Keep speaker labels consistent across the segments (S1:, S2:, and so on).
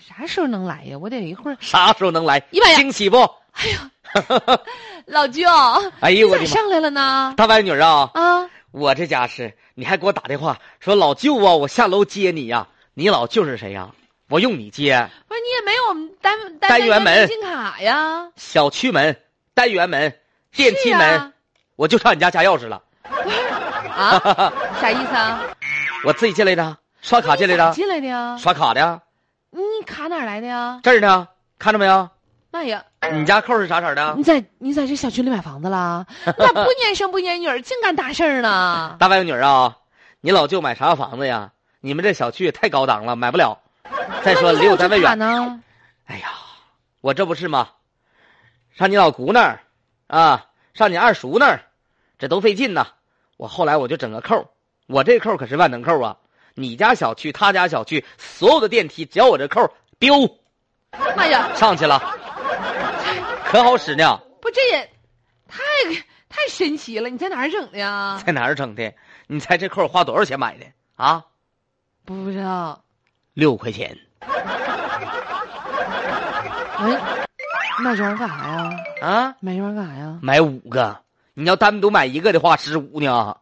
S1: 啥时候能来呀？我得一会儿。
S2: 啥时候能来？
S1: 哎呀
S2: 惊喜不？
S1: 哎呀，老舅，
S2: 哎
S1: 你
S2: 呦我
S1: 咋
S2: 的妈！
S1: 上来了呢？
S2: 大外女儿啊，
S1: 啊，
S2: 我这家是，你还给我打电话说老舅啊，我下楼接你呀、你老舅是谁呀、我用你接
S1: 不是你也没有我们单
S2: 单
S1: 单
S2: 元门
S1: 微信卡呀？
S2: 小区门、单元门、电梯
S1: 是
S2: 门，
S1: 啊
S2: 我就差你家家钥匙了。
S1: 啊，啥意思啊？
S2: 我自己进来的，刷卡啊进来
S1: 咋
S2: 的，
S1: 进来的哎呀？
S2: 刷卡的呀，
S1: 你卡哪儿来的呀？
S2: 这儿呢，看着没有？
S1: 妈呀！
S2: 你家扣是啥色儿的？
S1: 你在你在这小区里买房子啦？你咋不蔫声不蔫女儿，净干大事儿呢？
S2: 大外女儿啊，你老舅买啥房子呀？你们这小区也太高档了，买不了。 再说
S1: 那你
S2: 离我
S1: 咋
S2: 单位
S1: 这卡
S2: 远。
S1: 呢？
S2: 哎呀，我这不是吗？上你老姑那儿，啊，上你二叔那儿，这都费劲呐。我后来我就整个扣儿，我这扣儿可是万能扣儿啊！你家小区、他家小区，所有的电梯只要我这扣儿，biu
S1: 妈哎呀，
S2: 上去了， 可好使呢。
S1: 不这也太太神奇了！你在哪儿整的呀？
S2: 在哪儿整的？你猜这扣儿花多少钱买的啊？
S1: 不知道。
S2: 六块钱
S1: 哎，买这玩意儿干啥呀？
S2: 啊？
S1: 买这玩意儿干啥呀？
S2: 买五个，你要单独买一个的话，十五呢。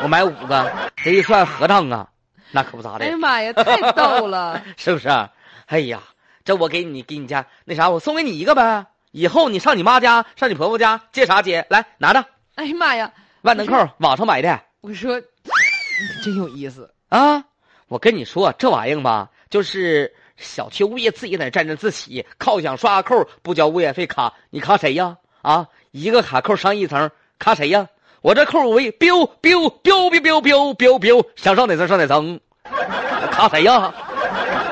S2: 我买五个，这一算合账啊，那可不咋的。
S1: 哎呀妈呀， 太逗了！
S2: 是不是啊？哎呀，这我给你给你家那啥，我送给你一个呗。以后你上你妈家，上你婆婆家接啥接？来拿着，
S1: 哎呀妈呀，
S2: 万能扣，网上买的
S1: 我说你真有意思。
S2: 啊。我跟你说，这玩意儿吧，就是小区物业自己在那沾沾自喜，靠想刷扣不交物业费卡，你卡谁呀？啊，一个卡扣上一层，卡谁呀？我这扣我一 biu biu biu biu biu biu biu biu，想上哪层上哪层，卡谁呀？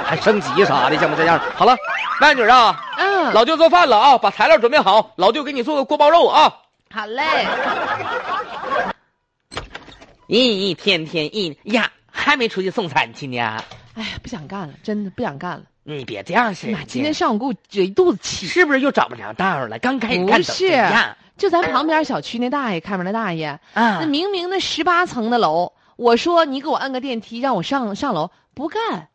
S2: 还升级啥的，像不像样？好了，外女儿啊。
S1: 嗯，
S2: 老舅做饭了啊，把材料准备好，老舅给你做个锅包肉啊。
S1: 好嘞。
S2: 一天天一呀，还没出去送餐去呢？
S1: 哎呀，不想干了，真的不想干了。哎
S2: 你别这样式
S1: 妈，今天上午给我惹一肚子气。
S2: 是不是又找不着道了？刚开始看
S1: 不
S2: 怎么
S1: 是
S2: 这样，
S1: 就咱旁边小区那大爷，看门那大爷，
S2: 啊
S1: 那？明明那十八层的楼，我说你给我按个电梯，让我上上楼，不干，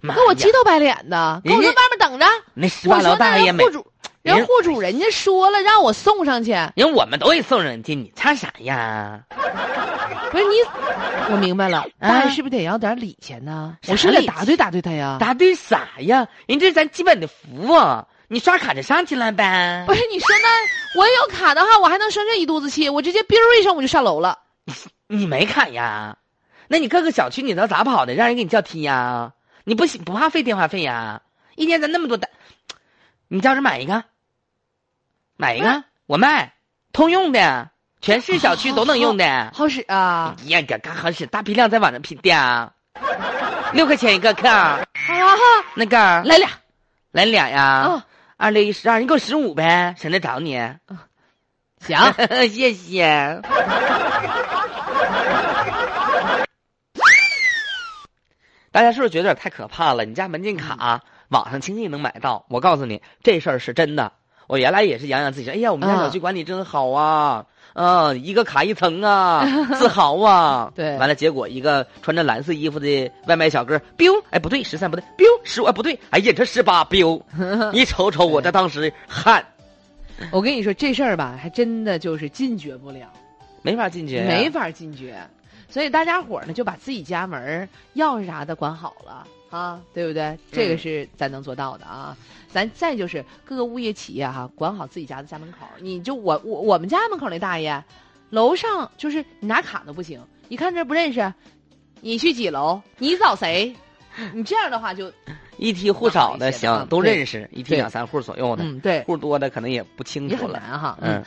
S2: 妈
S1: 给我急
S2: 呀，
S1: 头白脸的，给我在
S2: 人家
S1: 外面等着。
S2: 那十
S1: 我
S2: 八
S1: 说
S2: 楼
S1: 那
S2: 大爷
S1: 人
S2: 没
S1: 户主，
S2: 人
S1: 人户主人家说了让我送上去，
S2: 人，我们都得送人去，你差啥呀？
S1: 不是你，我明白了，
S2: 啊
S1: 大爷是不是得要点礼钱呢？
S2: 啥
S1: 我是得
S2: 礼
S1: 打对打对他呀。
S2: 答对啥呀？人这是咱基本的服务啊，你刷卡就上去了呗
S1: 不。是你说那我有卡的话，我还能生这一肚子气？我直接 biu 一声我就上楼了。
S2: 你没卡呀？那你各个小区你能咋跑的？让人给你叫梯呀？你不喜不怕费电话费呀？一年咱那么多单，你叫人买一个，买一个，我卖，通用的，全市小区都能用的。
S1: 好使啊！
S2: 你呀，这刚好是大批量在网上批的啊，六块钱一个克，
S1: 啊，
S2: 那个来
S1: 来俩
S2: 来俩呀，
S1: 啊，
S2: 二六一十二，你给我十五呗，省得找你。
S1: 行。
S2: 谢谢。大家是不是觉得有点太可怕了？你家门禁卡网上轻易能买到，我告诉你，这事儿是真的。我原来也是洋洋自喜，哎呀，我们家小区管理真好啊，嗯，一个卡一层啊，自豪啊。
S1: 对
S2: 完了，结果一个穿着蓝色衣服的外卖小哥，biu，哎，不对，十三不对，biu，十五，哎，不对，哎呀，这十八，biu，你瞅瞅我这当时汗，
S1: 我跟你说这事儿吧，还真的就是禁绝不了，
S2: 没法进去啊，
S1: 没法禁绝。所以大家伙儿呢，就把自己家门儿钥匙啥的管好了啊，对不对？这
S2: 嗯
S1: 个是咱能做到的啊。咱再就是各个物业企业哈、管好自己家的家门口儿。你就我我我们家门口那大爷，楼上就是你拿卡都不行，一看这不认识，你去几楼？你找谁？你这样的话就
S2: 一梯户少
S1: 哪
S2: 的
S1: 一些的
S2: 行，
S1: 嗯
S2: 都
S1: 对
S2: 认识，一梯两三户左右的，
S1: 嗯对，
S2: 户多的可能也不清
S1: 也
S2: 楚
S1: 很
S2: 了。
S1: 难哈。
S2: 嗯，